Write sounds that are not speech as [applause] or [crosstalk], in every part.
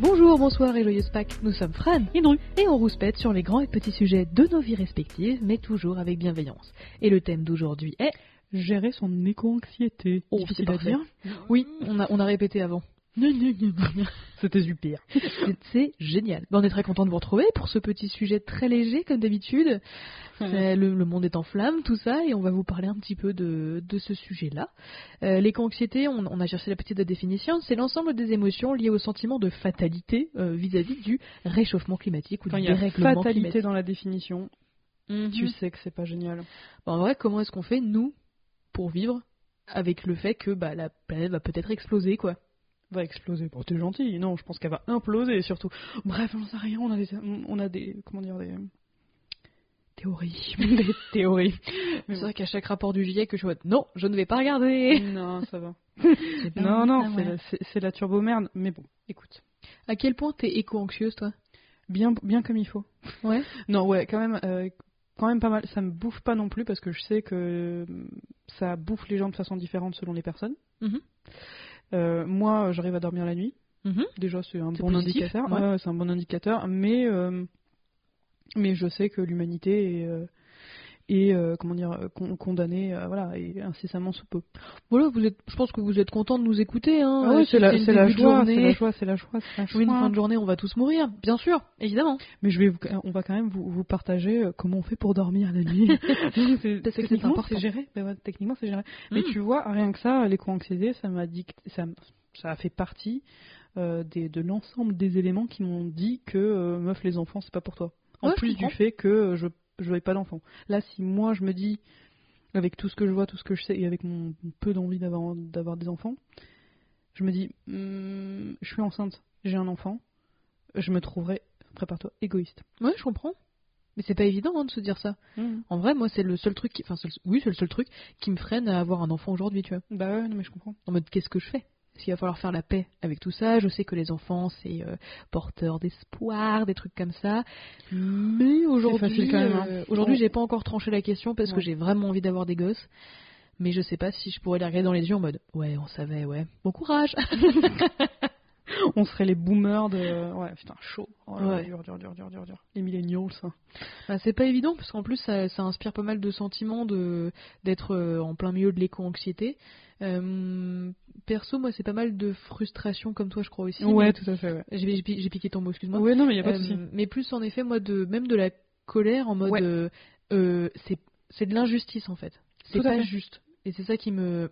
Bonjour, bonsoir et joyeuse Pâques, nous sommes Fran et Dru et on rouspète sur les grands et petits sujets de nos vies respectives, mais toujours avec bienveillance. Et le thème d'aujourd'hui est Gérer son éco-anxiété. Oh, c'est Difficile à parfait. dire. Oui, on a, on a répété avant. C'était super. C'est- C'est génial. Ben, On est très content de vous retrouver pour ce petit sujet très léger comme d'habitude. C'est- Le, le monde est en flamme, tout ça, et on va vous parler un petit peu de, de ce sujet-là. Euh, L'éco-anxiété, on, on a cherché la petite définition, c'est l'ensemble des émotions liées au sentiment de fatalité euh, vis-à-vis du réchauffement climatique ou Quand du il y a dérèglement fatalité climatique. dans la définition, Mhm. tu sais que c'est pas génial. Ben, en vrai, comment est-ce qu'on fait, nous, pour vivre avec le fait que bah, la planète va peut-être exploser, quoi Va exploser. Bon, t'es gentil. Non, je pense qu'elle va imploser surtout. Bref, on n'en sait rien. On a des, on a des, comment dire, des, Théorie. [laughs] des [laughs] théories. Mais C'est vrai qu'à chaque rapport du GIEC, que je vois, non, je ne vais pas regarder. [laughs] Non, ça va. [laughs] Ah Non, non, c'est la- c'est c'est la turbo merde. Mais bon, écoute, À quel point t'es éco-anxieuse, toi bien, bien comme il faut. Ouais. [laughs] Non, ouais, quand même, euh, quand même pas mal. Ça me bouffe pas non plus parce que je sais que euh, ça bouffe les gens de façon différente selon les personnes. Mhm. Euh, moi, euh, j'arrive à dormir la nuit. Déjà, c'est un C'est bon positif, indicateur. ouais. Ouais, c'est un bon indicateur. Mais, euh, mais je sais que l'humanité est, euh, est, euh, comment dire, euh, con- condamnée, euh, voilà, et incessamment sous peu. Voilà, vous êtes, je pense que vous êtes content de nous écouter. Hein, Ah ouais, Euh, c'est la, une c'est la début de joie, c'est la journée. joie, c'est la joie, c'est la Oui, une joie. fin de journée, on va tous mourir, bien sûr, évidemment. Mais je vais, vous- euh, on va quand même vous, vous partager euh, comment on fait pour dormir la [laughs] nuit. c'est, Parce que c'est techniquement, important. c'est géré. Ben ouais, techniquement, c'est géré. Mais Mm. tu vois, rien que ça, l'éco-anxiété, ça m'a dicté, ça, m- ça a fait partie euh, des, de l'ensemble des éléments qui m'ont dit que euh, meuf, les enfants, c'est pas pour toi. En Ouais, je plus du comprends. fait que euh, je je n'ai pas d'enfants. Là, si moi je me dis avec tout ce que je vois, tout ce que je sais, et avec mon peu d'envie d'avoir d'avoir des enfants, je me dis, Hmm, je suis enceinte, j'ai un enfant, je me trouverai, prépare-toi, égoïste. Ouais, je comprends. Mais c'est pas évident hein, de se dire ça. En vrai, moi, c'est le seul truc, qui... enfin, c'est le- oui, c'est le seul truc qui me freine à avoir un enfant aujourd'hui, tu vois. Bah ouais, non mais je comprends. En mode, qu'est-ce que je fais Parce qu'il va falloir faire la paix avec tout ça. Je sais que les enfants, c'est euh, porteur d'espoir, des trucs comme ça. Mais aujourd'hui, facile quand même, hein. euh, aujourd'hui, Ouais. j'ai pas encore tranché la question parce que Ouais. j'ai vraiment envie d'avoir des gosses. Mais je sais pas si je pourrais les regarder dans les yeux en mode, ouais, on savait, ouais, bon courage. [laughs] On serait les boomers de... Ouais, putain, chaud. Oh là là, Ouais. Dur, dur, dur, dur, dur, dur. Les millennials, ça. Bah, c'est pas évident parce qu'en plus ça, ça inspire pas mal de sentiments de d'être euh, en plein milieu de l'éco-anxiété. Euh, perso, moi c'est pas mal de frustration comme toi, je crois aussi. ouais, tout à fait, ouais. mais- J'ai j'ai pi- j'ai piqué ton mot, excuse-moi. Ouais, non mais y a pas de Euh, souci. mais plus en effet, moi de même de la colère en mode Ouais. euh, euh, c'est c'est de l'injustice en fait. C'est Tout à pas fait. juste. Et c'est ça qui me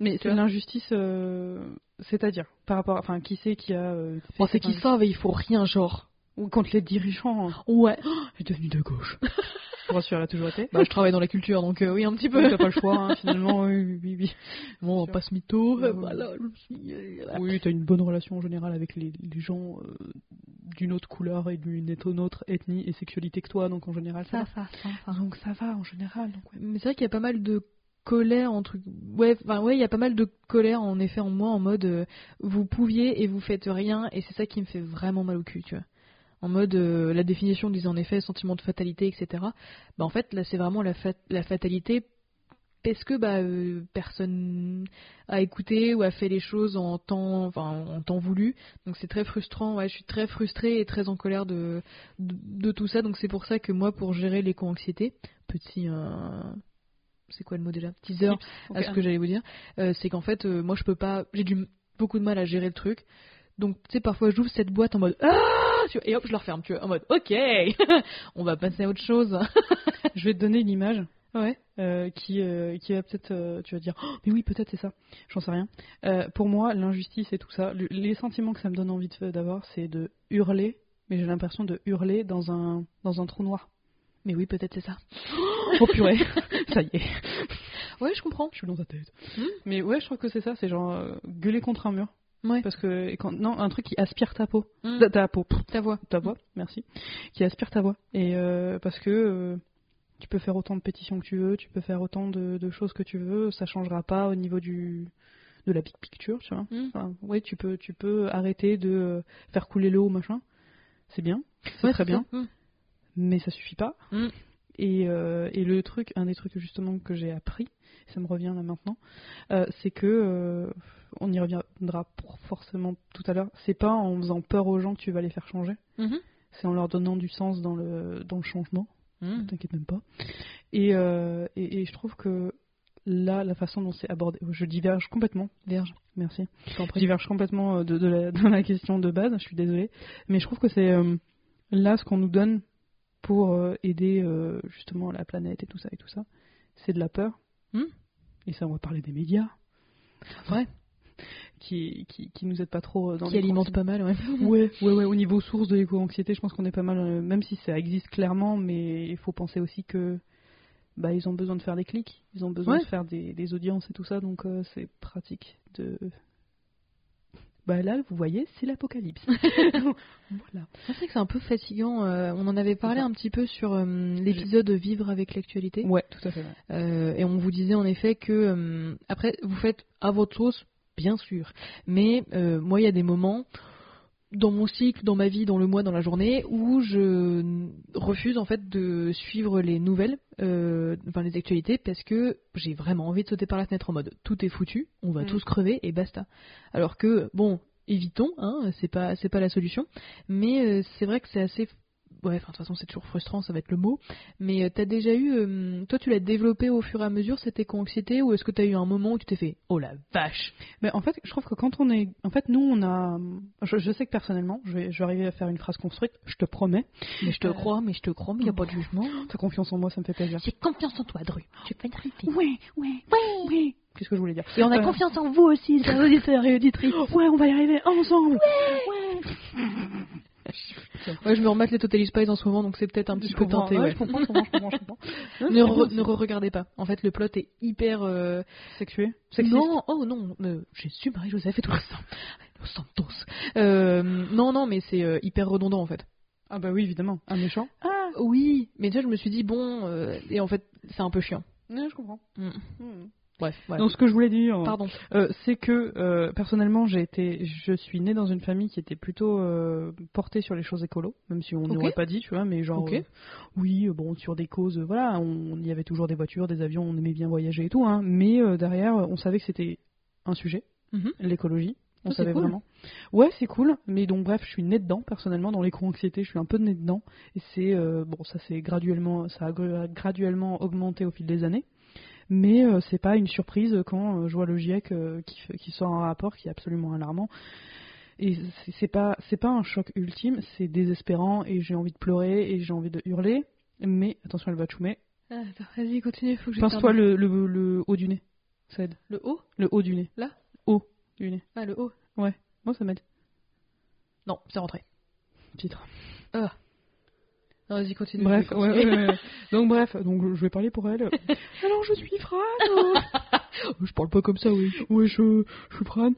Mais tu c'est vois. une injustice, euh, c'est-à-dire, par rapport... à- Enfin, qui c'est qui a... euh, fait Bon, c'est cette qu'ils injustice savent et il faut rien genre. Ou contre les dirigeants. hein. Ouais. [gasps] Elle est devenue de gauche. Pour rassurer, elle a toujours été. [laughs] Bah, je travaille dans la culture donc euh, oui un petit Oui, peu. T'as pas le choix, hein, finalement. Oui, oui, oui. oui. Bon, on sûr. passe mytho. Ouais, ouais. Voilà, je me suis- euh, Oui, t'as une bonne relation en général avec les, les gens euh, d'une autre couleur et d'une eth- autre ethnie et sexualité que toi, donc en général, ça, ça, ça, ça. va. Donc ça va, en général. Donc, ouais. Mais c'est vrai qu'il y a pas mal de colère en truc. Ouais, enfin ouais, il y a pas mal de colère en effet en moi en mode euh, vous pouviez et vous faites rien et c'est ça qui me fait vraiment mal au cul, tu vois. En mode euh, la définition disait en effet sentiment de fatalité, etc. Bah en fait là c'est vraiment la, fat- la fatalité parce que bah euh, personne a écouté ou a fait les choses en temps enfin en temps voulu donc c'est très frustrant ouais je suis très frustrée et très en colère de de, de tout ça donc c'est pour ça que moi pour gérer l'éco-anxiété petit euh, c'est quoi le mot déjà teaser à ce que j'allais vous dire, euh, c'est qu'en fait, euh, moi, je peux pas. J'ai du beaucoup de mal à gérer le truc. Donc, tu sais, parfois, j'ouvre cette boîte en mode ah, tu vois, et hop, je la referme, tu vois, en mode ok, [laughs] on va passer à autre chose. Je vais te donner une image Ouais. euh, qui, euh, qui va peut-être, euh, tu vas dire, Oh, mais oui, peut-être c'est ça. J'en sais rien. Euh, pour moi, l'injustice et tout ça, le- les sentiments que ça me donne envie de- d'avoir, c'est de hurler, mais j'ai l'impression de hurler dans un, dans un trou noir. Mais oui, peut-être c'est ça. Oh [laughs] purée, ça y est. Ouais, je comprends. je suis dans ta tête. Hmm. Mais ouais, je trouve que c'est ça, c'est genre euh, gueuler contre un mur. Ouais. Parce que et quand, non, un truc qui aspire ta peau, Mm. ta, ta peau, pff, Ta voix. ta voix, merci, qui aspire ta voix. Et euh, parce que euh, tu peux faire autant de pétitions que tu veux, tu peux faire autant de, de choses que tu veux, ça changera pas au niveau du de la big picture, tu vois. Mm. Enfin, ouais, tu peux, tu peux arrêter de euh, faire couler l'eau, machin. C'est bien, c'est Ouais, très bien, ça. Mm. mais ça suffit pas. Mm. Et, euh, et le truc, un des trucs justement que j'ai appris, ça me revient là maintenant, euh, c'est que euh, on y reviendra pour- forcément tout à l'heure. C'est pas en faisant peur aux gens que tu vas les faire changer, Mhm. c'est en leur donnant du sens dans le dans le changement. Mhm. T'inquiète même pas. Et, euh, et, et je trouve que là, la façon dont c'est abordé, je diverge complètement. Verge. Merci. Je t'en Je prie. diverge complètement euh, de, de la, [laughs] de la question de base, je suis désolée. Mais je trouve que c'est euh, là ce qu'on nous donne pour euh, aider euh, justement la planète et tout ça et tout ça. C'est de la peur. Hmm. Et ça, on va parler des médias. Ouais. Qui, qui, qui nous aident pas trop euh, dans Qui les alimente conseils. pas mal, [laughs] ouais. Ouais, ouais, ouais, au niveau source de l'éco-anxiété, je pense qu'on est pas mal, euh, même si ça existe clairement, mais il faut penser aussi que bah, ils ont besoin de faire des clics, ils ont besoin Ouais. de faire des, des audiences et tout ça, donc euh, c'est pratique de. Bah là, vous voyez, c'est [laughs] l'apocalypse. voilà. C'est vrai que c'est un peu fatigant. euh, on en avait parlé ça. un petit peu sur euh, l'épisode Vivre avec l'actualité. Ouais, tout à fait. ouais. Euh, et on vous disait en effet que, euh, après, vous faites à votre sauce, bien sûr. Mais euh, moi, il y a des moments dans mon cycle, dans ma vie, dans le mois, dans la journée, où je n- refuse en fait de suivre les nouvelles, euh, enfin les actualités, parce que j'ai vraiment envie de sauter par la fenêtre en mode tout est foutu, on va Mm. tous crever et basta. Alors que bon, évitons, hein, c'est pas c'est pas la solution, mais euh, c'est vrai que c'est assez, ouais, enfin de toute façon c'est toujours frustrant, ça va être le mot, mais euh, t'as déjà eu, euh, toi tu l'as développé au fur et à mesure cette éco-anxiété, ou est-ce que t'as eu un moment où tu t'es fait, oh la vache, Mais en fait, je trouve que quand on est. En fait, nous, on a. Je, je sais que personnellement, je vais, je vais arriver à faire une phrase construite, je te promets. mais je te Euh. crois, mais je te crois, mais y a pas de [gasps] jugement. T'as confiance en moi, ça me fait plaisir. J'ai confiance en toi, Dru. Tu peux te Ouais, ouais, ouais, ouais. Qu'est-ce que je voulais dire Et on a Euh, confiance en vous aussi, les auditeurs et auditrices. Oh, Ouais, on va y arriver ensemble. [gasps] Ouais, je me remets les Total Spies en ce moment, donc c'est peut-être un petit Je peu comprends, tenté. ouais, Ouais. je comprends, je comprends, je comprends, je [laughs] comprends. Ne, re- ne re-regardez pas. En fait, le plot est hyper. euh, Sexué, sexiste. Non, oh non, euh, Jésus, Marie-Joseph et tout le sang. Los Santos. Euh, non, non, mais c'est euh, hyper redondant en fait. Ah bah oui, évidemment, un méchant. Ah oui, mais déjà je me suis dit bon, euh, et en fait c'est un peu chiant. Ouais, je comprends. Hmm. Mm. Bref, ouais. Donc ce que je voulais dire, pardon. euh, c'est que euh, personnellement, j'ai été, je suis née dans une famille qui était plutôt euh, portée sur les choses écolo, même si on Ok. n'aurait pas dit, tu vois, mais genre, Ok. euh, oui, euh, bon, sur des causes, euh, voilà, on il y avait toujours des voitures, des avions, on aimait bien voyager et tout, hein, mais euh, derrière, on savait que c'était un sujet, Mhm. l'écologie. On Oh, c'est savait cool. vraiment. Ouais, c'est cool, mais donc bref, je suis née dedans personnellement dans l'éco-anxiété, je suis un peu née dedans et c'est euh, bon, ça c'est graduellement ça a gra- graduellement augmenté au fil des années. Mais euh, c'est pas une surprise quand euh, je vois le GIEC euh, qui, fait- qui sort un rapport qui est absolument alarmant. Et c'est- c'est pas c'est pas un choc ultime, c'est désespérant et j'ai envie de pleurer et j'ai envie de hurler. Mais attention, elle va choumer. Ah, Attends, vas-y, continue, faut que je. Pince-toi le, le, le haut du nez. Ça aide. le haut. Le haut du nez. Là Haut du nez. Ah le haut. Moi, ça m'aide. Non, c'est rentré. Titre. Non, vas-y, continue. Bref, je vais continuer. ouais, [laughs] ouais, ouais. donc bref, donc je vais parler pour elle. Alors je suis oh. Fran. [laughs] je parle pas comme ça, oui. ouais, je, je suis Fran.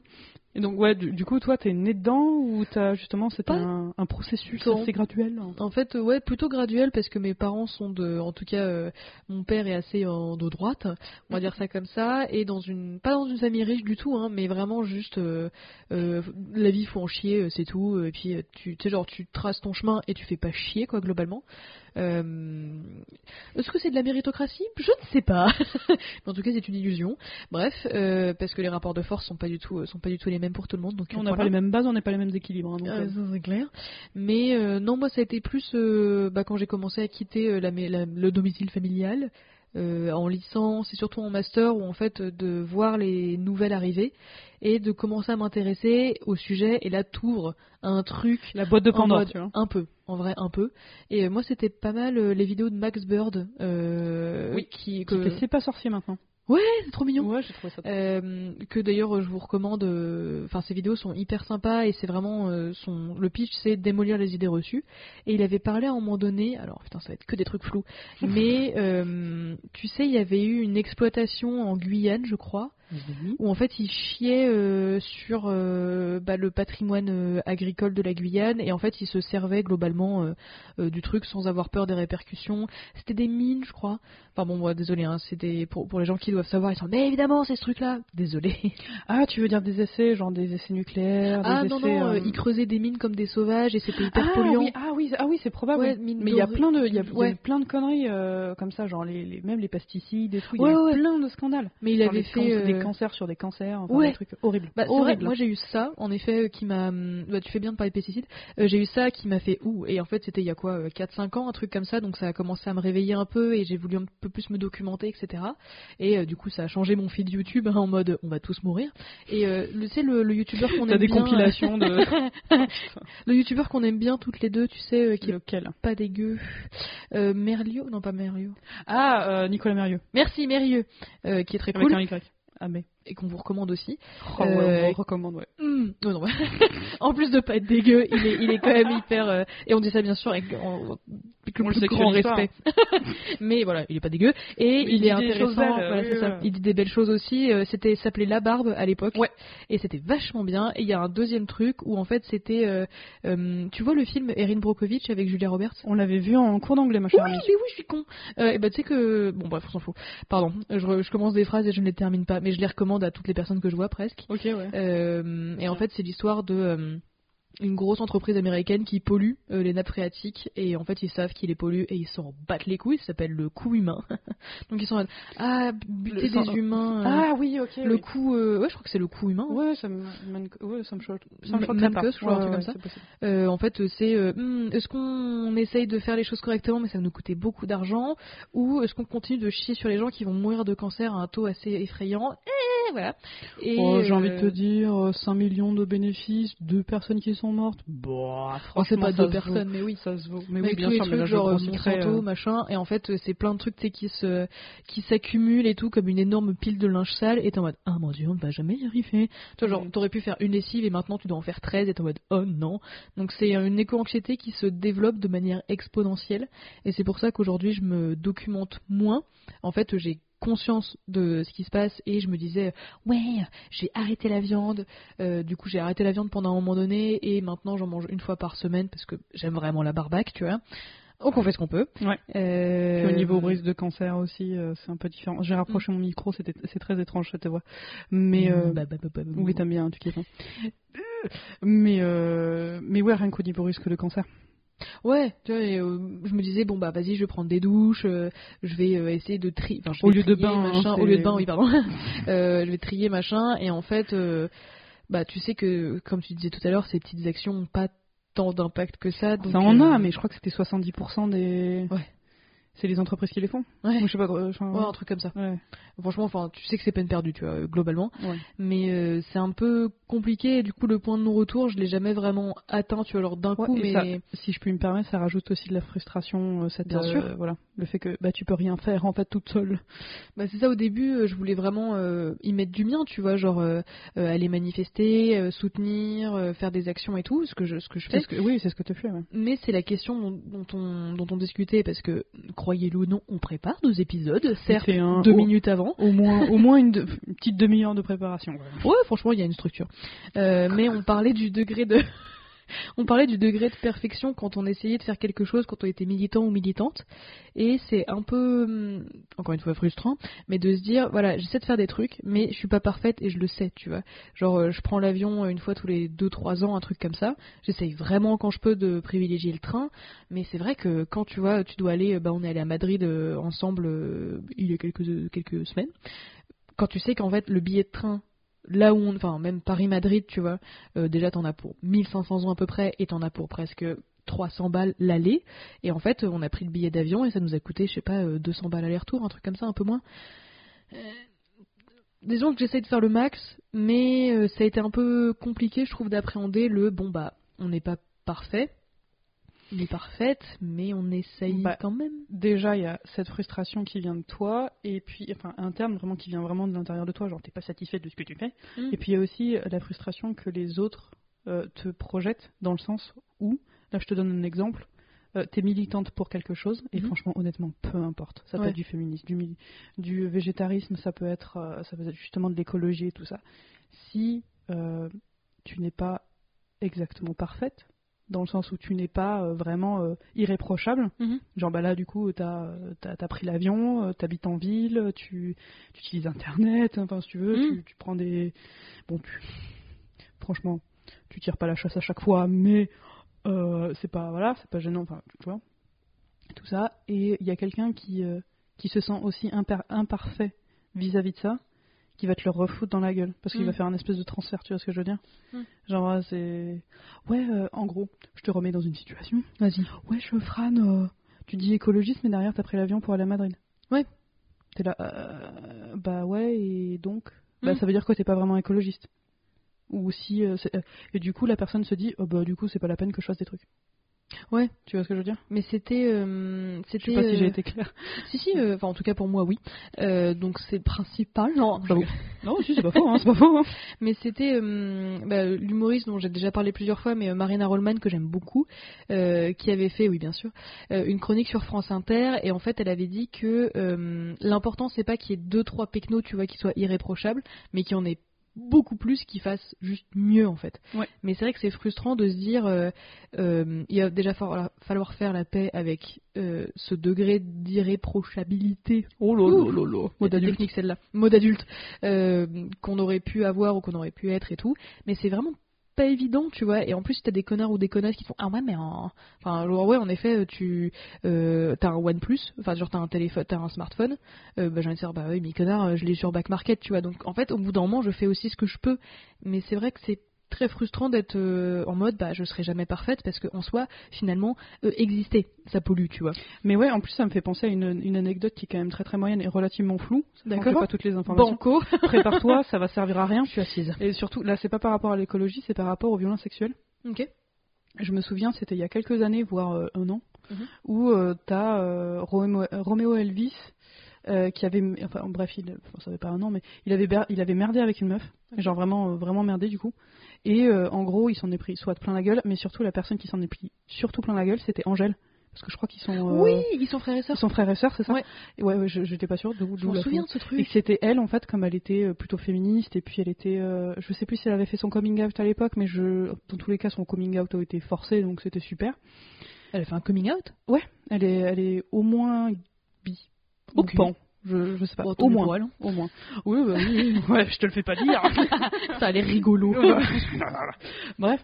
Et donc ouais, du, du coup toi t'es né dedans ou t'as justement c'est Pas un, un processus tant. assez graduel. hein En fait, euh, ouais, plutôt graduel parce que mes parents sont de, en tout cas, euh, mon père est assez en- de droite, on va dire ça comme ça, et dans une, pas dans une famille riche du tout, hein, mais vraiment juste, euh, euh, la vie faut en chier, euh, c'est tout, et puis euh, tu, tu sais genre tu traces ton chemin et tu fais pas chier quoi globalement. Euh, Est-ce que c'est de la méritocratie Je ne sais pas. [laughs] Mais en tout cas, c'est une illusion. Bref, euh, parce que les rapports de force sont pas du tout, euh, sont pas du tout les mêmes pour tout le monde, donc On n'a voilà. pas les mêmes bases, on n'a pas les mêmes équilibres. hein, donc, Ah, euh, ça, c'est clair. Mais euh, non, moi, ça a été plus euh, bah, quand j'ai commencé à quitter euh, la, mais- la- le domicile familial, euh, en licence et surtout en master, où en fait, euh, de voir les nouvelles arriver et de commencer à m'intéresser au sujet. Et là, t'ouvres un truc la boîte de en Pandore, mode tu vois. Un peu, en vrai, un peu. Et euh, moi, c'était pas mal euh, les vidéos de Max Bird. euh, Oui, qui, Qui que... fait C'est pas sorcier maintenant. Eh, c'est [laughs] trop mignon. Ouais, j'ai trouvé ça. Euh, que d'ailleurs euh, je vous recommande. euh, Enfin, ces vidéos sont hyper sympas et c'est vraiment euh, son. Le pitch, c'est démolir les idées reçues. Et il avait parlé à un moment donné. Alors putain, ça va être que des trucs flous. Mais euh, tu sais, il y avait eu une exploitation en Guyane, je crois, Mhm. où en fait il chiait euh, sur euh, bah, le patrimoine euh, agricole de la Guyane et en fait il se servait globalement euh, euh, du truc sans avoir peur des répercussions. C'était des mines, je crois. Enfin bon, moi désolé, hein, c'était pour, pour les gens qui doivent savoir, ils sont mais évidemment c'est ce truc-là. Désolé. [laughs] Ah, tu veux dire des essais, genre des essais nucléaires, Ah des non essais. non, euh, euh, ils creusaient des mines comme des sauvages et c'était hyper ah, polluant. Oui, ah oui, ah oui, c'est probable. Ouais, oui. mine mais il y a dorée. plein de, il y a, il y a eu Ouais. plein de conneries euh, comme ça, genre les, les- même les pesticides, des trucs. Ouais, il y a eu ouais. plein de scandales. Mais il Genre avait des can- fait euh, des cancers sur des cancers, enfin, ouais. des trucs horribles. Bah, c'est vrai que horribles. moi j'ai eu ça, en effet, euh, qui m'a. hum, Bah, tu fais bien de parler de pesticides. Euh, j'ai eu ça qui m'a fait ouh. Et en fait, c'était il y a quoi euh, 4-5 ans, un truc comme ça. Donc ça a commencé à me réveiller un peu et j'ai voulu un peu plus me documenter, etc. Et euh, du coup, ça a changé mon feed YouTube hein, en mode on va tous mourir. Et euh, le- tu sais, le, le youtubeur [laughs] qu'on T'as aime des bien. euh, [laughs] compilations de Le youtubeur qu'on aime bien toutes les deux, tu sais, euh, qui est lequel pas dégueu. Euh, Merlio Non, pas Merlio. Ah, euh, Nicolas Mérieux Merci, Merlieu. euh, qui est très avec cool un Y. Ah mais. et qu'on vous recommande aussi. Oh, ouais, Euh, on recommande, ouais. Hmm, non, Mhm. non. [laughs] en plus de pas être dégueu, il est, il est quand même hyper. euh, et on dit ça bien sûr avec, en- avec le On le plus sait que grand c'est l'histoire. respect. [laughs] Mais voilà, il est pas dégueu et il, il dit est des intéressant. choses belles, voilà, oui, c'est ça. oui. Il dit des belles choses aussi. euh, C'était s'appelait La Barbe à l'époque. Ouais. Et c'était vachement bien. Et il y a un deuxième truc où en fait c'était, euh, euh, tu vois le film Erin Brockovich avec Julia Roberts. On l'avait vu en cours d'anglais, ma chère Oui, amie. oui, oui, je suis con. Euh, et bah, tu sais que. Bon, bref, on s'en fout. Pardon, je, re- je commence des phrases et je ne les termine pas, mais je les recommande à toutes les personnes que je vois presque. Ok, ouais. Euh, et en fait, c'est l'histoire de euh, une grosse entreprise américaine qui pollue euh, les nappes phréatiques. Et en fait, ils savent qu'il les pollue et ils s'en battent les couilles. Ça s'appelle le coup humain. [laughs] Donc ils sont en mode, ah, buter Le- des sans- humains. euh, Ah oui, ok. le oui. coup. euh, ouais, je crois que c'est le coup humain. hein. Ouais, ça me, man- ouais, ça me choque. Ça Man- me choque très pas. Mancos, je crois, un truc comme ça. c'est possible. Euh, en fait, c'est euh, Hmm, est-ce qu'on essaye de faire les choses correctement, mais ça va nous coûter beaucoup d'argent, ou est-ce qu'on continue de chier sur les gens qui vont mourir de cancer à un taux assez effrayant Et voilà. Et, Oh, j'ai envie de euh, te dire, euh, 5 millions de bénéfices, deux personnes qui sont mortes. Bah, oh, c'est pas ça deux se personnes, mais oui. vaut. Ça se vaut. Mais, Mais oui, bien tous sûr, les mais trucs là, je euh, genre euh, prends secret, Monsanto, machin, et en fait, euh, c'est plein de trucs tu sais, qui se qui s'accumulent et tout, comme une énorme pile de linge sale, et t'es en mode ah mon dieu, on ne va jamais y arriver. Tu vois, genre Mm. t'aurais pu faire une lessive et maintenant tu dois en faire 13 et t'es en mode oh non. Donc c'est euh, une éco-anxiété qui se développe de manière exponentielle, et c'est pour ça qu'aujourd'hui je me documente moins. En fait, j'ai conscience de ce qui se passe et je me disais ouais j'ai arrêté la viande Euh, du coup j'ai arrêté la viande pendant un moment donné et maintenant j'en mange une fois par semaine parce que j'aime vraiment la barbaque tu vois donc on fait ce qu'on peut. Ouais. Euh, Puis au niveau brise de cancer aussi, euh, c'est un peu différent. J'ai rapproché mon micro, c'était- c'est très étrange cette voix. Mais euh, bah, bah, bah, bah, bah, bah. oui, t'aimes bien, tu kiffes. hein. Mais euh, mais ouais, rien qu'au niveau risque de cancer. Ouais, tu vois, et, euh, je me disais bon bah vas-y, je vais prendre des douches, euh, je vais euh, essayer de trier. enfin, je Au vais lieu de trier, bain, hein, machin, au c'est- lieu de bain, oui [laughs] pardon. [laughs] Euh, je vais trier machin et en fait, euh, bah tu sais que comme tu disais tout à l'heure, ces petites actions n'ont pas tant d'impact que ça. Donc, ça en a, euh, mais je crois que c'était 70% des. Ouais. C'est les entreprises qui les font. Ouais. Ou Je sais pas. euh, enfin, ouais, un truc comme ça. ouais. Franchement, enfin, tu sais que c'est peine perdue, tu vois, euh, globalement. Ouais. Mais euh, c'est un peu compliqué. Et du coup, le point de non-retour, je l'ai jamais vraiment atteint, tu vois, alors d'un Ouais, coup. et Mais ça, si je puis me permettre, ça rajoute aussi de la frustration. euh, cette, Bien euh, sûr. Voilà, le fait que bah tu peux rien faire en fait toute seule. Bah, c'est ça au début, euh, je voulais vraiment euh, y mettre du mien, tu vois, genre euh, euh, aller manifester, euh, soutenir, euh, faire des actions et tout, ce que je, ce que je fais. C'est ce que- oui, c'est ce que tu fais. ouais. Mais c'est la question dont, dont on, dont on discutait, parce que, croyez-le ou non, on prépare nos épisodes, certes, C'était un- deux au- minutes avant. Au moins, au moins une, de- une petite demi-heure de préparation. Ouais, franchement, il y a une structure. Euh, mais on parlait du degré de... [laughs] On parlait du degré de perfection quand on essayait de faire quelque chose, quand on était militant ou militante. Et c'est un peu, hum, encore une fois, frustrant, mais de se dire, voilà, j'essaie de faire des trucs, mais je suis pas parfaite et je le sais, tu vois. Genre, euh, je prends l'avion euh, une fois tous les 2-3 ans, un truc comme ça. J'essaye vraiment quand je peux de privilégier le train. Mais c'est vrai que quand tu vois, tu dois aller, euh, bah, on est allé à Madrid euh, ensemble euh, il y a quelques, quelques semaines. Quand tu sais qu'en fait, le billet de train, là où on, enfin, même Paris-Madrid, tu vois, euh, déjà t'en as pour 1500 euros à peu près et t'en as pour presque 300 balles l'aller. Et en fait, on a pris le billet d'avion et ça nous a coûté, je sais pas, euh, 200 balles aller-retour, un truc comme ça, un peu moins. Euh, disons que j'essaie de faire le max, mais euh, ça a été un peu compliqué, je trouve, d'appréhender le bon bah, on n'est pas parfait. On est parfaite, mais on essaye Bah, quand même. Déjà, il y a cette frustration qui vient de toi, et puis, enfin, interne, vraiment, qui vient vraiment de l'intérieur de toi, genre, t'es pas satisfait de ce que tu fais. Mm. Et puis, il y a aussi euh, la frustration que les autres euh, te projettent, dans le sens où, là, je te donne un exemple, euh, t'es militante pour quelque chose, et Mhm. franchement, honnêtement, peu importe. Ça peut Ouais. être du féminisme, du, mili- du végétarisme, ça peut être, euh, ça peut être justement de l'écologie et tout ça. Si euh, tu n'es pas exactement parfaite, dans le sens où tu n'es pas euh, vraiment euh, irréprochable, Mhm. genre bah là du coup t'as euh, t'as- t'as pris l'avion, euh, t'habites en ville, tu, tu utilises internet, enfin si tu veux, Mhm. tu, tu prends des... Bon, tu... franchement, tu tires pas la chasse à chaque fois, mais euh, c'est pas voilà, c'est pas gênant, enfin tu vois, tout ça. Et il y a quelqu'un qui euh, qui se sent aussi imper- imparfait vis-à-vis de ça, qui va te le refoutre dans la gueule parce qu'il Mm. va faire un espèce de transfert, tu vois ce que je veux dire Mm. Genre euh, c'est ouais, euh, en gros, je te remets dans une situation. Vas-y. Ouais, je frane. euh, tu dis écologiste, mais derrière t'as pris l'avion pour aller à Madrid. Ouais. T'es là, euh, bah ouais, et donc, bah Mm. ça veut dire quoi T'es pas vraiment écologiste Ou si, euh, c'est- euh, et du coup la personne se dit, oh, bah du coup c'est pas la peine que je fasse des trucs. Ouais. Tu vois ce que je veux dire Mais c'était. euh, Je c'était. sais pas si j'ai euh, été claire. Si, si, euh, enfin en tout cas pour moi, oui. Euh, donc c'est le principal. Non, je J'avoue. rigole. Non, si c'est pas faux, hein, c'est pas faux. hein. Mais c'était euh, bah, l'humoriste dont j'ai déjà parlé plusieurs fois, mais euh, Marina Rollman, que j'aime beaucoup, euh, qui avait fait, oui bien sûr, euh, une chronique sur France Inter, et en fait elle avait dit que euh, l'important c'est pas qu'il y ait deux trois pecnos, tu vois, qui soient irréprochables, mais qu'il y en ait beaucoup plus qui fassent juste mieux en fait. Ouais. Mais c'est vrai que c'est frustrant de se dire euh, euh, il va déjà falloir, falloir faire la paix avec euh, ce degré d'irréprochabilité. [laughs] Oh là là mode adulte. technique celle-là, mode adulte, euh, qu'on aurait pu avoir ou qu'on aurait pu être et tout, mais c'est vraiment pas évident, tu vois, et en plus t'as des connards ou des connasses qui font ah ouais mais en... enfin genre ouais en effet tu euh, t'as un OnePlus, enfin genre t'as un téléphone, t'as un smartphone, euh, bah, j'ai envie de dire bah oui mais connard euh, je l'ai sur back market, tu vois, donc en fait au bout d'un moment je fais aussi ce que je peux, mais c'est vrai que c'est très frustrant d'être euh, en mode bah je serai jamais parfaite parce que en soi finalement euh, exister ça pollue tu vois Mais ouais, en plus ça me fait penser à une, une anecdote qui est quand même très très moyenne et relativement floue. D'accord. Je pas toutes les informations. banco Prépare-toi, ça va servir à rien. je suis assise Et surtout, là c'est pas par rapport à l'écologie, c'est par rapport aux violences sexuelles. [laughs] ok je me souviens, c'était il y a quelques années, voire euh, un an, Mhm. où euh, t'as euh, Roméo, Roméo Elvis euh, qui avait, enfin bref, il, enfin, ça fait pas un an, mais il avait, ber- il avait merdé avec une meuf, Ok. genre vraiment, euh, vraiment merdé du coup. Et euh, en gros, il s'en est pris soit plein la gueule, mais surtout la personne qui s'en est pris surtout plein la gueule, c'était Angèle, parce que je crois qu'ils sont, euh, oui ils sont frères et ils sœurs sont frères et sœurs, c'est ça Ouais. Et ouais, ouais, je j'étais pas sûre. d'où- je d'où me la souviens de ce et truc que c'était elle, en fait, comme elle était euh, plutôt féministe, et puis elle était. euh, je sais plus si elle avait fait son coming out à l'époque, mais je, dans tous les cas, son coming out a été forcé, donc c'était super. Elle a fait un coming out Elle est, elle est au moins bi. Ou Ok. pan. Je, je sais pas. Bon, tant au mieux moins. pour elle, hein. Au moins. Oui, bah oui. oui. ouais, je te le fais pas [laughs] dire. Ça a l'air rigolo. [laughs] Bref.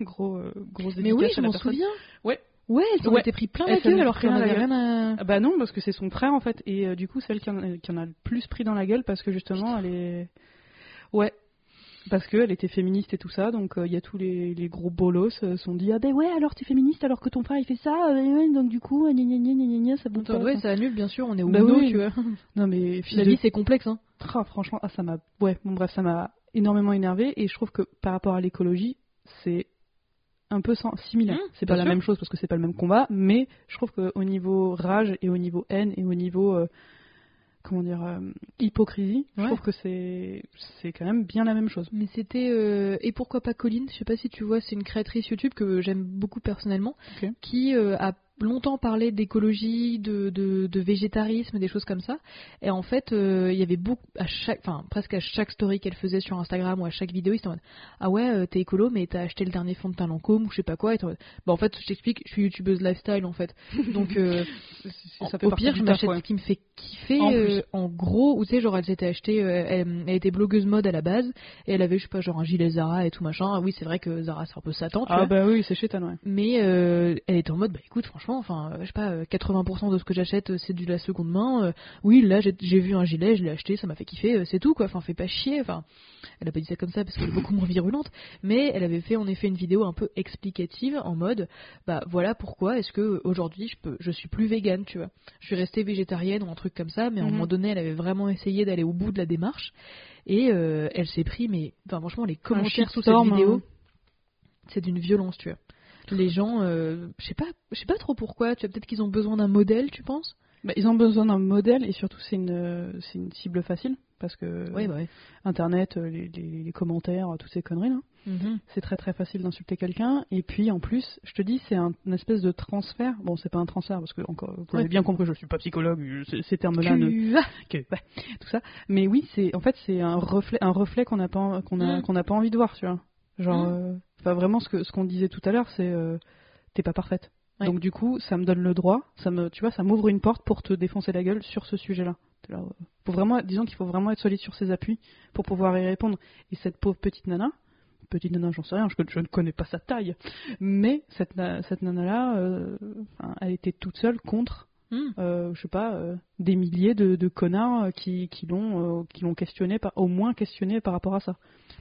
Gros, euh, grosse Mais oui, dédicace je à la m'en personne. souviens. Ouais. Ouais, elle s'en Ouais. était pris plein Elle la s'en gueule est alors pris qu'elle en plein la avait gueule. rien à. Ah Bah non, parce que c'est son frère en fait, et euh, du coup celle qui en, a, qui en a le plus pris dans la gueule parce que justement elle est, ouais, parce qu'elle était féministe et tout ça, donc euh, il y a tous les, les gros bolos euh, sont dit ah ben ouais alors t'es féministe alors que ton frère il fait ça, euh, ouais, donc du coup euh, gna gna gna gna gna gna, ça bouge pas. ouais, ça annule, bien sûr, on est au Bah boulot, oui. tu vois. Non mais fils La de- vie, c'est complexe, hein. Ah, franchement ah ça m'a, ouais bon bref ça m'a énormément énervé et je trouve que par rapport à l'écologie c'est un peu sans- similaire. Mmh, c'est pas bien la sûr. même chose parce que c'est pas le même combat, mais je trouve que au niveau rage et au niveau haine et au niveau euh, comment dire euh, hypocrisie, Ouais. je trouve que c'est c'est quand même bien la même chose. Mais c'était euh, et pourquoi pas Colline, je sais pas si tu vois, c'est une créatrice YouTube que j'aime beaucoup personnellement, Ok. qui euh, a longtemps parlé d'écologie, de, de, de végétarisme, des choses comme ça. Et en fait, euh, il y avait beaucoup à chaque, enfin presque à chaque story qu'elle faisait sur Instagram ou à chaque vidéo, ils étaient en mode ah ouais euh, t'es écolo mais t'as acheté le dernier fond de teint Lancôme ou je sais pas quoi. Et t'es en mode, bah en fait je t'explique, je suis youtubeuse lifestyle en fait. [laughs] Donc euh, Ça fait au partie pire, du je taf, m'achète ouais. ce qui me fait kiffer. En En, plus. en gros, ou tu sais, genre, elle s'était achetée, euh, elle, elle était blogueuse mode à la base, et elle avait, je sais pas, genre un gilet Zara et tout machin. Ah oui, c'est vrai que Zara, c'est un peu Satan, tu Ah vois. bah oui, c'est chétan, ouais. Mais euh, elle était en mode, bah écoute, franchement, enfin, euh, je sais pas, euh, 80% de ce que j'achète, euh, c'est du de la seconde main. euh, oui, là, j'ai- j'ai vu un gilet, je l'ai acheté, ça m'a fait kiffer, euh, c'est tout, quoi. Enfin, fais pas chier. Enfin, elle a pas dit ça comme ça parce qu'elle est beaucoup moins virulente, mais elle avait fait en effet une vidéo un peu explicative en mode, bah voilà pourquoi est-ce que euh, aujourd'hui je peux, je suis plus végane, tu vois. Je suis restée végétarienne ou un truc comme ça, mais à un Mhm. moment donné, elle avait vraiment essayé d'aller au bout de la démarche et euh, elle s'est pris, mais, enfin, franchement, les commentaires sous cette shitstorm, vidéo hein. c'est d'une violence, tu vois. Les gens, euh, je sais pas, je sais pas trop pourquoi. Tu vois, peut-être qu'ils ont besoin d'un modèle, tu penses Bah, ils ont besoin d'un modèle et surtout c'est une euh, c'est une cible facile parce que Ouais, bah ouais. internet, euh, les, les- les commentaires, toutes ces conneries là. Mhm. c'est très très facile d'insulter quelqu'un. Et puis en plus, je te dis, c'est un, une espèce de transfert. Bon, c'est pas un transfert parce que encore, vous avez Ouais. bien compris, je suis pas psychologue, je- ces- ces termes-là, ne- Tu vas- que- ouais, tout ça. Mais oui, c'est en fait c'est un reflet, un reflet qu'on n'a pas en- qu'on a Mm. qu'on n'a pas envie de voir, tu vois. Genre, Mm. euh, enfin, vraiment ce que ce qu'on disait tout à l'heure, c'est euh, t'es pas parfaite. Ouais. Donc du coup, ça me donne le droit, ça me, tu vois, ça m'ouvre une porte pour te défoncer la gueule sur ce sujet-là. T'es là, ouais. Faut vraiment, disons qu'il faut vraiment être solide sur ses appuis pour pouvoir y répondre. Et cette pauvre petite nana, petite nana, j'en sais rien, je, je ne connais pas sa taille, mais cette, na- cette nana-là, euh, enfin, elle était toute seule contre, Mhm. euh, je sais pas, euh, des milliers de, de connards euh, qui, qui l'ont, euh, qui l'ont questionné, par, au moins questionné par rapport à ça.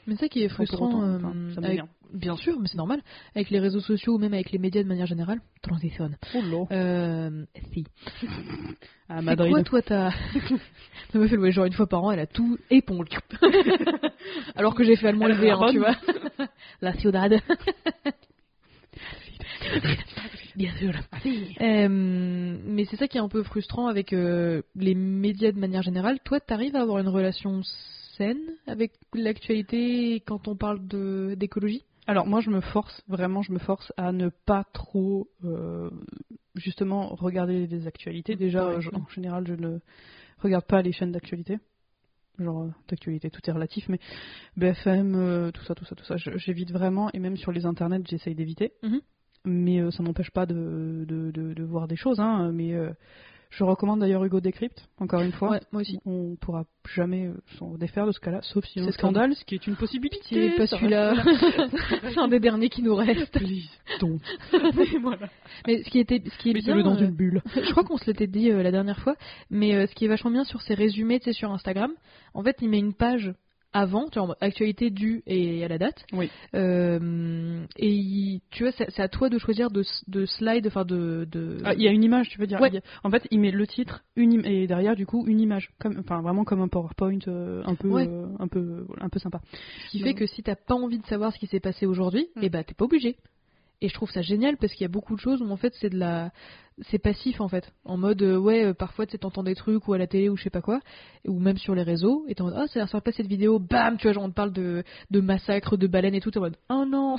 Mais ça qui est Sans pour frustrant, autant, euh, enfin, ça avec- m'énerve. bien sûr, mais c'est normal, avec les réseaux sociaux ou même avec les médias de manière générale, transitionne. Oh là. Euh, si. À C'est Madrid. quoi, toi, t'as. [laughs] Ça me fait le genre une fois par an, elle a tout éponge. [laughs] Alors que j'ai fait allemand Elle a levé, la hein, tu bonne. vois. [laughs] La ciudad. Bien sûr. Euh, mais c'est ça qui est un peu frustrant avec euh, les médias de manière générale. Toi, t'arrives à avoir une relation saine avec l'actualité quand on parle de- d'écologie Alors moi je me force, vraiment je me force à ne pas trop euh, justement regarder les actualités. Déjà Ouais. euh, je- en général je ne regarde pas les chaînes d'actualité. Genre euh, d'actualité, tout est relatif, mais BFM, euh, tout ça, tout ça, tout ça, je- j'évite vraiment et même sur les internets j'essaye d'éviter. Mhm. Mais euh, ça n'empêche pas de, de, de- de voir des choses. Hein, mais euh, je recommande d'ailleurs Hugo Décrypte, encore une fois. Ouais, moi aussi. On pourra jamais euh, s'en défaire de ce cas-là, sauf si C'est un ce qu'on dit. scandale, ce qui est une possibilité. Pitié, pas ça va. celui-là. c'est un des derniers qui nous reste. Please, don't. [laughs] Mais ce qui était, ce qui est bien, Mettez-le dans euh, une bulle. [laughs] je crois qu'on se l'était dit euh, la dernière fois, mais euh, ce qui est vachement bien sur ses résumés, tu sais, sur Instagram, en fait, il met une page avant, tu vois, en mode actualité du et à la date. Oui. Euh, et il- tu vois, c'est c'est à toi de choisir de, de slide, enfin de. de... Ah, il y a une image, tu veux dire. Ouais. il y a- En fait, il met le titre une im- et derrière, du coup, une image. Comme, enfin, vraiment comme un PowerPoint euh, un peu, Ouais. euh, un peu, voilà, un peu sympa. Ce qui fait que si t'as pas envie de savoir ce qui s'est passé aujourd'hui, Mm. eh ben t'es pas obligé. Et je trouve ça génial parce qu'il y a beaucoup de choses où en fait c'est de la, c'est passif en fait, en mode euh, ouais euh, parfois tu sais, t'entends des trucs ou à la télé ou je sais pas quoi, ou même sur les réseaux et t'es en mode ah ça a l'air sympa cette vidéo, bam tu vois genre on te parle de de massacre de baleines et tout t'es en mode oh non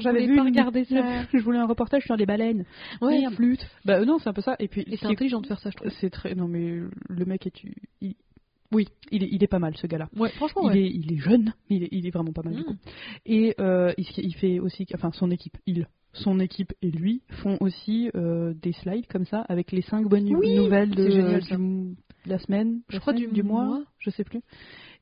[laughs] j'avais vu une- [laughs] Je voulais un reportage sur des baleines. ouais Merde. flûte Bah euh, non, c'est un peu ça. Et puis, et ce c'est qui est- intelligent de faire ça je trouve. c'est très. Non mais le mec est. il- Oui, il est, il est pas mal ce gars-là. Ouais franchement Il, ouais. est, il est jeune, mais il est, il est vraiment pas mal. Mm. Et euh, il, il fait aussi, enfin son équipe, il, son équipe et lui font aussi euh, des slides comme ça avec les cinq bonnes nu- Oui, nouvelles de, c'est génial, ça. du- de la semaine, Je la crois semaine, du mois. je sais plus.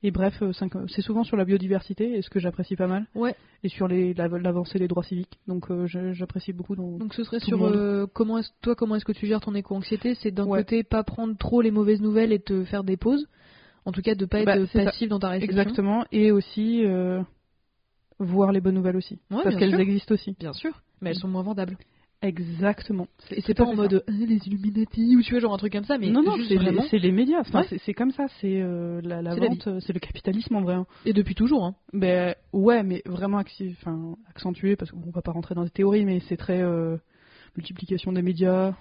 Et bref, euh, cinq- euh, c'est souvent sur la biodiversité, et ce que j'apprécie pas mal, Ouais. et sur les- la- l'avancée des droits civiques. Donc euh, je- j'apprécie beaucoup. dans- Donc ce serait Tout sur le monde. euh, comment est-ce, toi comment est-ce que tu gères ton éco-anxiété, c'est d'un Ouais. côté pas prendre trop les mauvaises nouvelles et te faire des pauses, en tout cas de pas Bah, être c'est ça. passif dans ta réflexion. Exactement, et aussi euh, voir les bonnes nouvelles aussi, Ouais, parce bien qu'elles sûr. existent aussi. Bien sûr, mais elles sont moins vendables. Exactement. Et c'est pas tout à en fait mode euh, les Illuminati ou tu vois genre un truc comme ça, mais non, non, juste c'est les, vraiment. c'est les médias. Enfin, Ouais. c'est- C'est comme ça, c'est euh, la, la C'est la vente, euh, c'est le capitalisme en vrai. hein. Et depuis toujours, hein. Ben ouais, mais vraiment axi- enfin, accentué, parce qu'on va pas rentrer dans des théories, mais c'est très euh, multiplication des médias,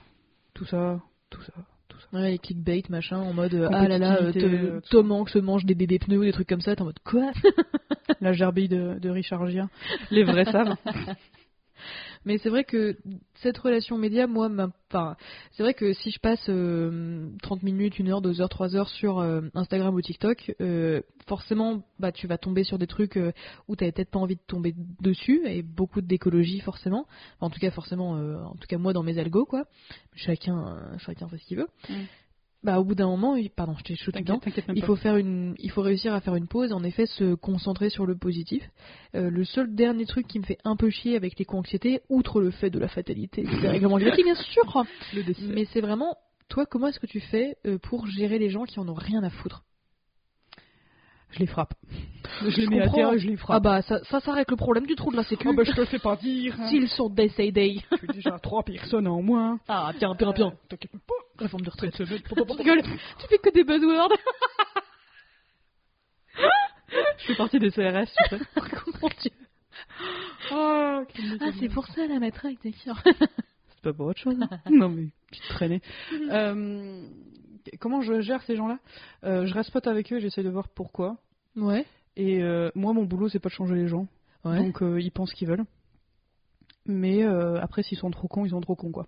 tout ça, tout [laughs] ça, tout ça. Ouais, les clickbait machin, en mode euh, ah là là, euh, Compétitivité, Tom- euh, tout Tom Hanks mange des bébés pneus ou des trucs comme ça, t'es en mode quoi La gerbille de, de Richard Gere, les vrais [laughs] savent. Mais c'est vrai que cette relation média, moi, m'a- enfin, c'est vrai que si je passe euh, 30 minutes, 1 heure, 2 heures, 3 heures sur euh, Instagram ou TikTok, euh, forcément, bah, tu vas tomber sur des trucs euh, où t'avais peut-être pas envie de tomber dessus, et beaucoup d'écologie, forcément. Enfin, en tout cas, forcément, euh, en tout cas, moi, dans mes algos, quoi. Chacun, euh, chacun fait ce qu'il veut. Mm. Bah, au bout d'un moment, il- pardon, je t'ai shooté dedans. T'inquiète, t'inquiète même Il faut, faire une, il faut réussir à faire une pause, en effet, se concentrer sur le positif. Euh, le seul dernier truc qui me fait un peu chier avec l'éco-anxiété, outre le fait de la fatalité des règlements climatiques, bien [laughs] sûr, pas. Le décès. mais c'est vraiment, toi, comment est-ce que tu fais euh, pour gérer les gens qui en ont rien à foutre Je les frappe. Je, les Je mets à comprends. terre et je les Ah frappe. bah, ça, ça s'arrête le problème du trou de la sécu. bah, je te fais pas dire. hein. Ah S'ils sont des day. Je suis déjà à trois personnes en moins. Ah, tiens, bien, [laughs] bien. Euh, T'inquiète pas. Réforme de retraite. Cette semaine, Tu rigoles, tu fais que des buzzwords. Je fais partie des CRS, [laughs] tu sais. Mon Dieu. Ah, ah, c'est pour ça la matraque, d'accord. C'est pas pour autre chose. hein. [laughs] non, mais petite traînée. Euh, comment je gère ces gens-là Euh, Je reste pote avec eux, j'essaie de voir pourquoi. Ouais. Et euh, moi, mon boulot, c'est pas de changer les gens. Ouais. Donc euh, ils pensent qu'ils veulent. Mais euh, après, s'ils sont trop cons, ils sont trop cons, quoi.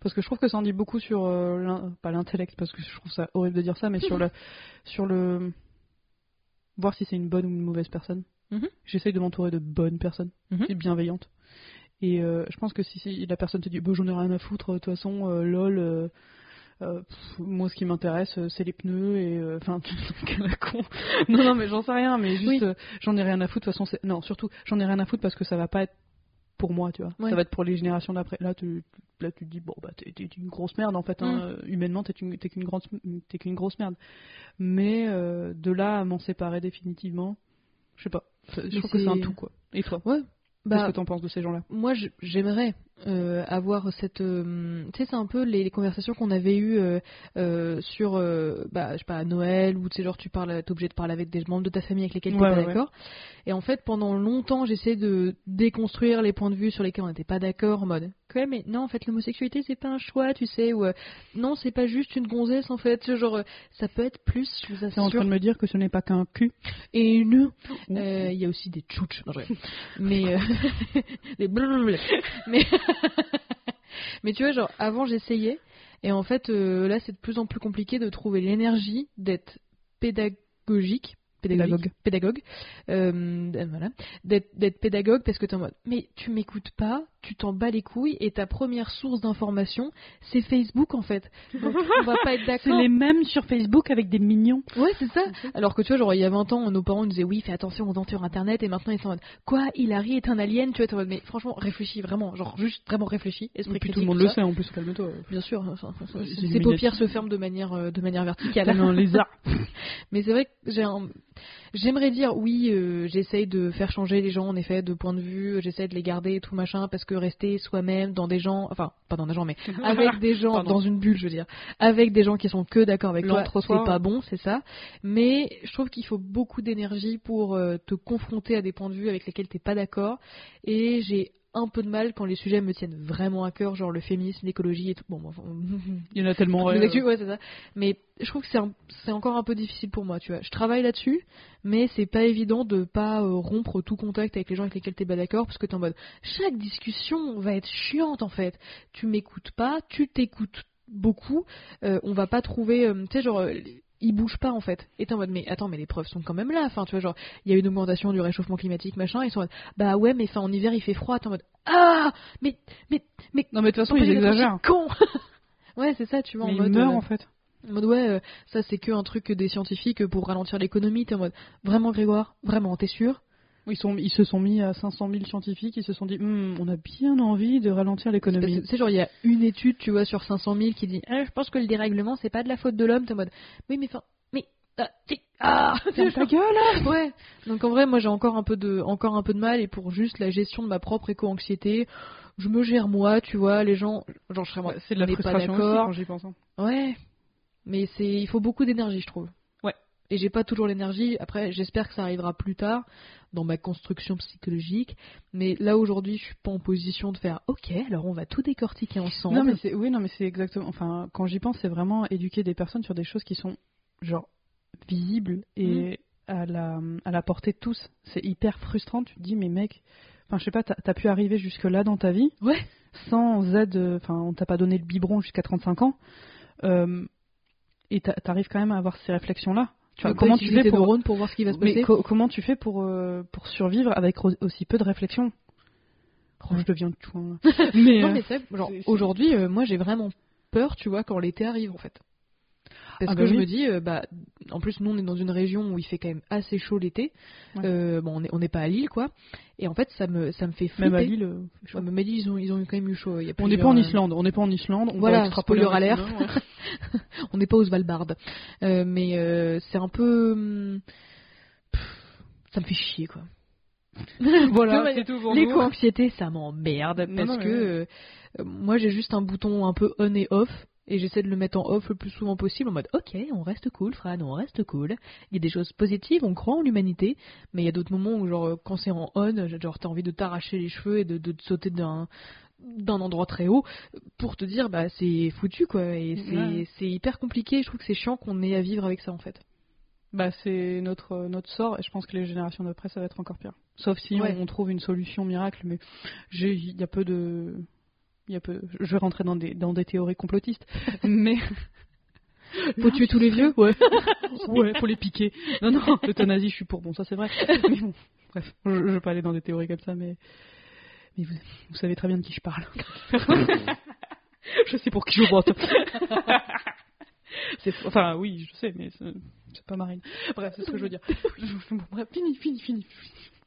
Parce que je trouve que ça en dit beaucoup sur euh, l'in- pas l'intellect, parce que je trouve ça horrible de dire ça, [laughs] mais sur le sur le voir si c'est une bonne ou une mauvaise personne. Mhm. J'essaye de m'entourer de bonnes personnes, Mhm. et bienveillantes. Et euh, je pense que si, si la personne te dit, bah, j'en ai rien à foutre, de toute façon, euh, lol. euh, euh, pff, moi, ce qui m'intéresse, euh, c'est les pneus et euh, [laughs] enfin, quel con. Non, non, mais j'en sais rien, mais juste, Oui. euh, j'en ai rien à foutre. De toute façon, c'est- non, surtout, j'en ai rien à foutre parce que ça va pas être pour moi, tu vois. Ouais. Ça va être pour les générations d'après. Là, tu, là, tu te dis, bon, bah, t'es t'es une grosse merde en fait. hein. Mm. Euh, Humainement, t'es une- t'es qu'une grande, t'es qu'une grosse merde. Mais euh, de là à m'en séparer définitivement, je sais pas. Je trouve que c'est- c'est un tout quoi. Et toi, qu'est-ce Bah, que t'en penses de ces gens-là moi je- j'aimerais euh, avoir cette euh, tu sais c'est un peu les, les conversations qu'on avait eues euh, euh, sur euh, bah je sais pas à Noël ou tu sais genre tu parles t'es obligé de parler avec des membres de ta famille avec lesquels t'es Ouais, pas ouais, d'accord et en fait pendant longtemps j'essayais de déconstruire les points de vue sur lesquels on n'était pas d'accord en mode ouais mais non en fait l'homosexualité c'est pas un choix tu sais ou euh, non c'est pas juste une gonzesse en fait Tu sais, genre euh, ça peut être plus je vous T'es en train assure de me dire que ce n'est pas qu'un cul. et une Ouh. euh, Il y a aussi des tchouches, non, je rigole. [laughs] mais euh, des blablabla. mais [laughs] mais tu vois genre avant j'essayais et en fait euh, là c'est de plus en plus compliqué de trouver l'énergie d'être pédagogique pédagogique, pédagogue euh, euh, voilà d'être d'être pédagogue parce que t'es en mode mais tu m'écoutes pas tu t'en bats les couilles et ta première source d'information c'est Facebook en fait donc on va pas être C'est [laughs] d'accord les mêmes sur Facebook avec des mignons. Ouais, c'est ça. Alors que tu vois, genre, il y a 20 ans, nos parents nous disaient oui, fais attention aux ventes sur internet, et maintenant ils sont en mode quoi, Hillary est un alien, tu vois, t'es en mode, mais franchement, réfléchis vraiment, genre, juste vraiment réfléchis, esprit puis critique. tout le monde tout le ça. euh, sait en plus, [laughs] calme-toi. Bien sûr, hein, enfin, Les ses Illuminati. paupières se ferment de manière, euh, de manière verticale. Comme un lézard. [laughs] Mais c'est vrai que j'ai un- j'aimerais dire oui, euh, j'essaye de faire changer les gens en effet de point de vue, j'essaye de les garder et tout machin parce que rester soi-même dans des gens, enfin pas dans des gens mais [laughs] Ah avec des gens Pardon. dans une bulle, je veux dire, avec des gens qui sont que d'accord avec toi, c'est L'entre-soi. pas bon, c'est ça. Mais je trouve qu'il faut beaucoup d'énergie pour euh, te confronter à des points de vue avec lesquels t'es pas d'accord et j'ai un peu de mal quand les sujets me tiennent vraiment à cœur, genre le féminisme, l'écologie et tout. Bon, [laughs] enfin, Il y en a tellement. les ouais, actus, ouais, c'est ça. Mais je trouve que c'est un- c'est encore un peu difficile pour moi, tu vois. Je travaille là-dessus, mais c'est pas évident de pas euh, rompre tout contact avec les gens avec lesquels t'es pas d'accord, parce que t'es en mode chaque discussion va être chiante en fait. Tu m'écoutes pas, tu t'écoutes beaucoup, euh, on va pas trouver, euh, tu sais, genre. euh, ils bougent pas en fait. Et t'es en mode, mais attends, mais les preuves sont quand même là. Enfin, tu vois, genre, il y a une augmentation du réchauffement climatique, machin. Ils sont en mode, bah ouais, mais enfin, en hiver, il fait froid. T'es en mode, ah, mais, mais, mais, Non, mais de toute façon, ils T'empêches d'être aussi exagèrent. Con [laughs] Ouais, c'est ça, tu vois, Mais en ils mode. meurent euh, en fait. en mode, ouais, euh, ça c'est que un truc des scientifiques pour ralentir l'économie. T'es en mode, vraiment Grégoire, vraiment, t'es sûr Ils, sont, ils se sont mis à 500 000 scientifiques, ils se sont dit, Hum, on a bien envie de ralentir Parce que, l'économie. Tu sais, genre, il y a une étude, tu vois, sur 500 000 qui dit, Ah, je pense que le dérèglement c'est pas de la faute de l'homme. T'es en mode, oui, mais enfin, mais. Ah, t'es- ah Ferme ta gueule hein. Ouais. Donc en vrai, moi j'ai encore un peu de encore un peu de mal et pour juste la gestion de ma propre éco-anxiété, je me gère moi, tu vois, les gens genre je serais moi, C'est de la on n'est pas frustration aussi d'accord. quand j'y pense. hein. Ouais, mais c'est il faut beaucoup d'énergie, je trouve. Ouais. Et j'ai pas toujours l'énergie. Après, j'espère que ça arrivera plus tard dans ma construction psychologique. Mais là aujourd'hui, je suis pas en position de faire. Ok, alors on va tout décortiquer ensemble. Non, mais c'est, oui, non, mais c'est exactement. Enfin, quand j'y pense, c'est vraiment éduquer des personnes sur des choses qui sont, genre, visibles et Mm. à, la, à la portée de tous. C'est hyper frustrant. Tu te dis, mais mec, enfin, je sais pas, t'as, t'as pu arriver jusque-là dans ta vie. Ouais. Sans aide, euh, enfin, on t'a pas donné le biberon jusqu'à 35 ans. Euh, et t'a- t'arrives quand même à avoir ces réflexions-là. Tu vois, Donc, comment faut tu utiliser tes fais pour. neurones pour voir ce qui va se Mais passer co- comment tu fais pour, euh, pour survivre avec au- aussi peu de réflexion Oh, je deviens [laughs] chouin. là. mais, Non, euh, mais c'est vrai, genre c'est- c'est- aujourd'hui, euh, moi j'ai vraiment peur, tu vois, quand l'été arrive en fait. Parce Ah que bah je oui. me dis, euh, bah, en plus, nous on est dans une région où il fait quand même assez chaud l'été. Ouais. Euh, bon, on n'est pas à Lille quoi. Et en fait, ça me, ça me fait flipper. même à Lille, euh, je- Ouais, mais Mali, ils ont, ils ont eu quand même eu chaud. Il y a On n'est pas plusieurs, en euh, Islande, on n'est pas en Islande. On Voilà, va extrapoler spoiler en Islande, ouais. [laughs] On n'est pas au Svalbard. Euh, mais euh, c'est un peu. hum, pff, ça me fait chier, quoi. voilà, Ouais, c'est tout pour nous. L'éco-anxiété, ça m'emmerde. Non, Parce non, mais que euh, euh, moi, j'ai juste un bouton un peu on et off. Et j'essaie de le mettre en off le plus souvent possible en mode ok, on reste cool, Fran, on reste cool. Il y a des choses positives, on croit en l'humanité, mais il y a d'autres moments où, genre, euh, quand c'est en on, genre, t'as envie de t'arracher les cheveux et de, de te sauter d'un d'un endroit très haut pour te dire bah c'est foutu quoi et c'est Ouais. c'est hyper compliqué je trouve que c'est chiant qu'on ait à vivre avec ça en fait Bah, c'est notre, euh, notre sort, et je pense que les générations d'après, ça va être encore pire. Sauf si Ouais. on, on trouve une solution miracle, mais j'ai- il y a peu de. Il y a peu... Je vais rentrer dans des, dans des théories complotistes, mais. Faut tuer tous les vieux Ouais. ouais, faut les piquer. Non, non, l'euthanasie, je suis pour. Bon, ça c'est vrai. Mais bon, bref, je, je vais pas aller dans des théories comme ça, mais, mais vous, vous savez très bien de qui je parle. je sais pour qui je vote. C'est- Enfin, oui, je sais, mais c'est c'est pas Marine. Bref, c'est ce que [laughs] je veux dire. Bon, bref, fini, fini, fini.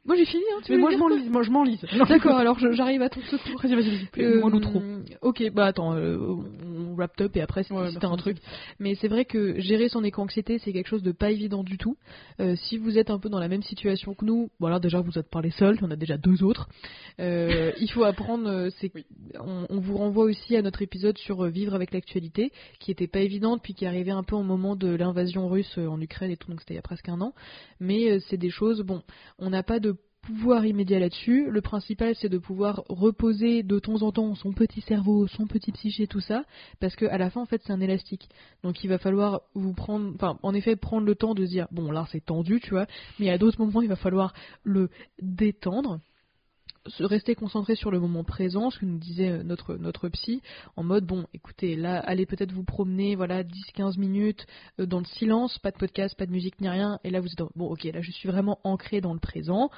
Moi j'ai fini, hein, tu Mais voulais dire moi je quoi m'enlise, moi je m'enlise. [laughs] D'accord, alors je- j'arrive à ton secours. Vas-y, vas-y, vas-y. Euh, Moi l'outro. Ok, bah attends, euh, on on wrap up et après si Ouais, bah, si merci. t'as un truc. Mais c'est vrai que gérer son éco-anxiété, c'est quelque chose de pas évident du tout. Euh, si vous êtes un peu dans la même situation que nous, bon alors déjà vous êtes parlé seul, on a déjà deux autres. Euh, il faut apprendre, euh, c'est on, on vous renvoie aussi à notre épisode sur euh, vivre avec l'actualité, qui était pas évidente puis qui arrivait un peu au moment de l'invasion russe euh, en Ukraine et tout, donc c'était il y a presque un an. Mais euh, c'est des choses, bon, on n'a pas de pouvoir immédiat là-dessus. Le principal, c'est de pouvoir reposer de temps en temps son petit cerveau, son petit psyché, tout ça, parce que à la fin, en fait, c'est un élastique. Donc, il va falloir vous prendre, enfin, en effet, prendre le temps de se dire, bon, là, c'est tendu, tu vois, mais à d'autres moments, il va falloir le détendre. Se rester concentré sur le moment présent, ce que nous disait euh, notre, notre psy, en mode bon, écoutez, là, allez peut-être vous promener, voilà, 10-15 minutes euh, dans le silence, pas de podcast, pas de musique ni rien, et là vous êtes en- bon, ok, là je suis vraiment ancré dans le présent,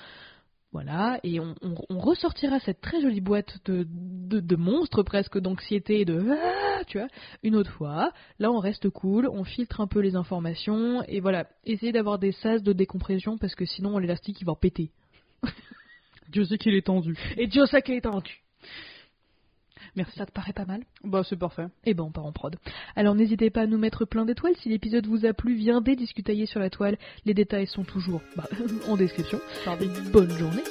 voilà, et on, on- on ressortira cette très jolie boîte de, de, de monstres presque d'anxiété et de Ah tu vois, une autre fois. Là, on reste cool, on filtre un peu les informations et voilà, essayez d'avoir des sas de décompression parce que sinon l'élastique il va en péter. Dieu sait qu'il est tendu. Et Dieu sait qu'il est tendu. Merci. Ça te paraît pas mal Bah, c'est parfait. Et ben on part en prod. Alors n'hésitez pas à nous mettre plein d'étoiles si l'épisode vous a plu, viendez discutailler sur la toile. Les détails sont toujours bah, [laughs] en description. Pardon. Bonne journée,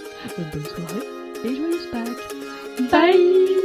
bonne soirée et joyeuse Pâques. Bye.